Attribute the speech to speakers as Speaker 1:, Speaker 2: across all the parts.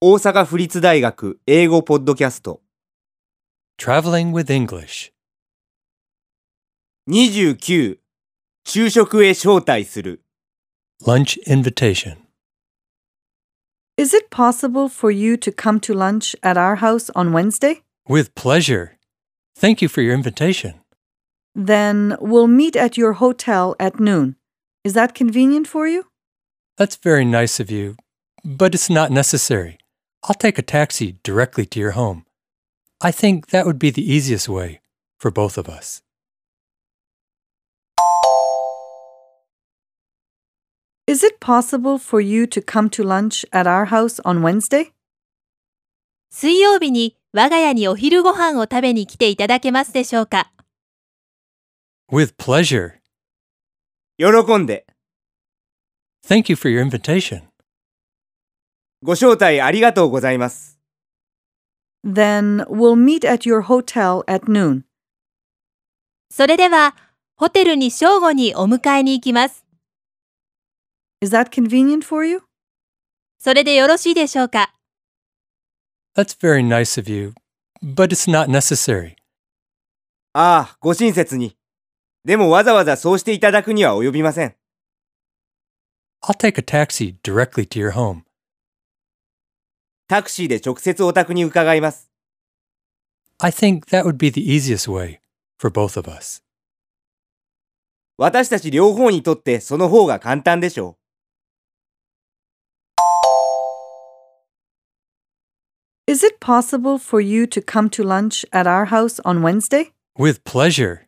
Speaker 1: 大阪府立大学英語ポッドキャスト
Speaker 2: Traveling with English.
Speaker 1: 29昼食へ招待する
Speaker 2: Lunch invitation.
Speaker 3: Is it possible for you to come to lunch at our house on Wednesday?
Speaker 2: With pleasure. Thank you for your invitation.
Speaker 3: Then we'll meet at your hotel at noon. Is that convenient for you?
Speaker 2: That's very nice of you, but it's not necessary. I'll take a taxi directly to your home. I think that would be the easiest way for both of us.
Speaker 3: Is it possible for you to come to lunch at our house on Wednesday?
Speaker 4: 水曜日に我が家にお昼ご飯を食べに来ていただけますでしょうか
Speaker 2: With pleasure.
Speaker 1: 喜んで
Speaker 2: Thank you for your invitation.
Speaker 1: ご招待ありがとうございます
Speaker 3: Then we'll meet at your hotel at noon.
Speaker 4: それでは、ホテルに正午にお迎えに行きます。
Speaker 3: Is that convenient for you?
Speaker 4: それでよろしいでしょうか
Speaker 2: That's very nice of you, but it's not necessary.
Speaker 1: ああご親切にでもわざわざそうしていただくには及びません
Speaker 2: I'll take a taxi directly to your home.
Speaker 1: タクシーで直接お宅に伺います
Speaker 2: I think that would be the easiest way for both of us.
Speaker 1: 私たち両方にとってその方が簡単でしょう
Speaker 3: Is it possible for you to come to lunch at our house on Wednesday?
Speaker 2: With pleasure.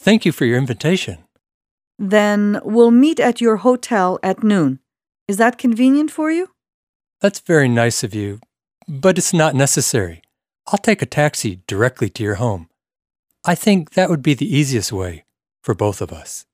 Speaker 2: Thank you for your invitation.
Speaker 3: Then we'll meet at your hotel at noon. Is that convenient for you?
Speaker 2: That's very nice of you, but it's not necessary. I'll take a taxi directly to your home. I think that would be the easiest way for both of us.